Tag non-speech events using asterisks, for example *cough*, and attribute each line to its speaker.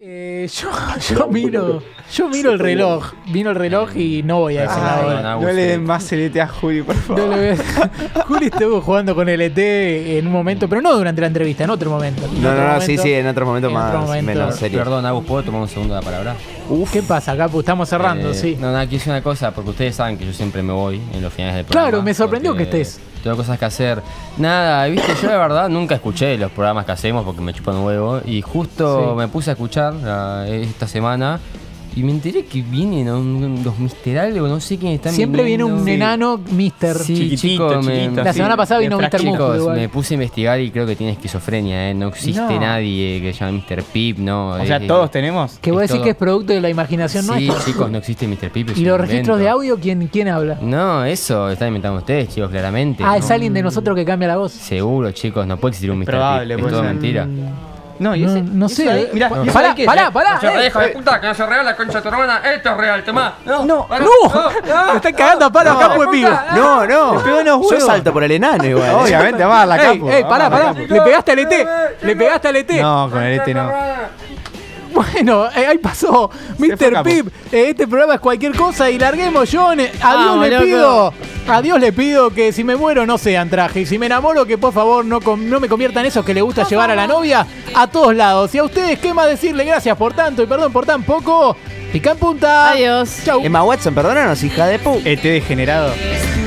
Speaker 1: Eh, *laughs* yo,
Speaker 2: Ah,
Speaker 1: yo miro,
Speaker 2: *laughs*
Speaker 1: yo miro el reloj, miro el reloj y no voy a ese
Speaker 2: Ay,
Speaker 1: lado.
Speaker 2: no,
Speaker 3: no le den más el ET a Juli, por
Speaker 1: No
Speaker 3: favor.
Speaker 1: lo veo. *laughs* Juli estuvo jugando con el ET en un momento, pero no durante la entrevista, en otro momento. En
Speaker 3: No,
Speaker 1: otro
Speaker 3: no, no, sí,
Speaker 1: momento.
Speaker 3: sí, en otro momento
Speaker 1: en
Speaker 3: más,
Speaker 1: otro momento.
Speaker 3: menos serio.
Speaker 2: Perdón, Agus, ¿puedo tomar un segundo la palabra?
Speaker 3: Uf,
Speaker 1: ¿Qué pasa, Capu? Estamos cerrando,
Speaker 2: Eh,
Speaker 1: sí.
Speaker 2: No, nada, hice una cosa, porque ustedes saben que yo siempre me voy en los finales del
Speaker 1: Claro,
Speaker 2: programa.
Speaker 1: me sorprendió
Speaker 2: porque
Speaker 1: que estés.
Speaker 2: Tengo cosas que hacer. Nada, viste, yo de verdad nunca escuché los programas que hacemos porque me chupan un huevo. Y justo
Speaker 1: Sí.
Speaker 2: me puse a escuchar ah, esta semana y me enteré que vienen un- los Mister Algo, no sé quién están
Speaker 1: Siempre viene un
Speaker 2: viniendo.
Speaker 1: enano, Mister.
Speaker 2: Sí,
Speaker 4: Chiquitito,
Speaker 2: chico, me-
Speaker 4: chiquito,
Speaker 1: La
Speaker 4: sí.
Speaker 1: semana pasada
Speaker 4: Bien
Speaker 1: vino Mr.
Speaker 4: flaquito.
Speaker 1: Musco
Speaker 2: Chicos,
Speaker 1: igual.
Speaker 2: me puse a investigar y creo que tiene esquizofrenia, ¿eh? No existe
Speaker 1: No.
Speaker 2: nadie que se llame Mr. Pip, ¿no?
Speaker 4: O sea,
Speaker 2: Eh,
Speaker 4: todos tenemos.
Speaker 1: Que vos
Speaker 2: es
Speaker 1: decís
Speaker 2: todo.
Speaker 1: que es producto de la imaginación
Speaker 2: Sí,
Speaker 1: nuestra.
Speaker 2: chicos, no existe Mr. Pip. es
Speaker 1: y
Speaker 2: un
Speaker 1: los registros de
Speaker 2: invento.
Speaker 1: audio, ¿quién, quién habla?
Speaker 2: No, eso están inventando ustedes, chicos, claramente.
Speaker 1: Ah,
Speaker 2: Este, ¿no?
Speaker 1: es alguien de nosotros que cambia la voz.
Speaker 2: Seguro, chicos, no puede existir un Mr. Pip.
Speaker 4: probable,
Speaker 2: Es
Speaker 4: puede
Speaker 2: todo
Speaker 4: ser.
Speaker 2: mentira.
Speaker 4: No, y
Speaker 1: No,
Speaker 4: ese,
Speaker 1: Mm, no
Speaker 4: y eso
Speaker 1: sé. eh,
Speaker 4: ahí- mirá, y eso
Speaker 1: pará,
Speaker 4: ahí que-
Speaker 1: pará, pará. eh.
Speaker 2: de puta, que no se real la concha de tu esto es real, toma.
Speaker 1: No, no, *laughs* me están cagando a palo acá, pues, vivo.
Speaker 3: No, no.
Speaker 4: Le pegó en los
Speaker 3: Yo
Speaker 4: huevos.
Speaker 3: salto por el enano
Speaker 1: eh.
Speaker 3: igual.
Speaker 4: Obviamente, va a la
Speaker 1: *laughs* Ey,
Speaker 4: capo.
Speaker 1: ey,
Speaker 4: va
Speaker 1: pará,
Speaker 4: a la
Speaker 1: pará.
Speaker 4: capo.
Speaker 1: Le pegaste al
Speaker 2: eh,
Speaker 1: ET. Le pegaste al E ET.
Speaker 4: No, con el este no.
Speaker 1: *laughs* Bueno, eh, ahí pasó.
Speaker 4: fue,
Speaker 1: Mr.
Speaker 4: capo.
Speaker 1: Pip, eh, este programa es cualquier cosa y larguemos, John. Eh, A Dios
Speaker 2: Vamos,
Speaker 1: le
Speaker 2: loco.
Speaker 1: pido. A Dios le pido que si me muero no sean traje. Y si me enamoro, que por favor no, com- no me conviertan esos que le gusta llevar a la novia a todos lados. Y a ustedes, ¿qué más decirle? Gracias por tanto y perdón por tan poco. Pica en punta.
Speaker 5: Adiós.
Speaker 1: Chau.
Speaker 4: Em,
Speaker 3: Emma Watson, perdónanos, hija de pu.
Speaker 4: ET eh, degenerado.
Speaker 6: It's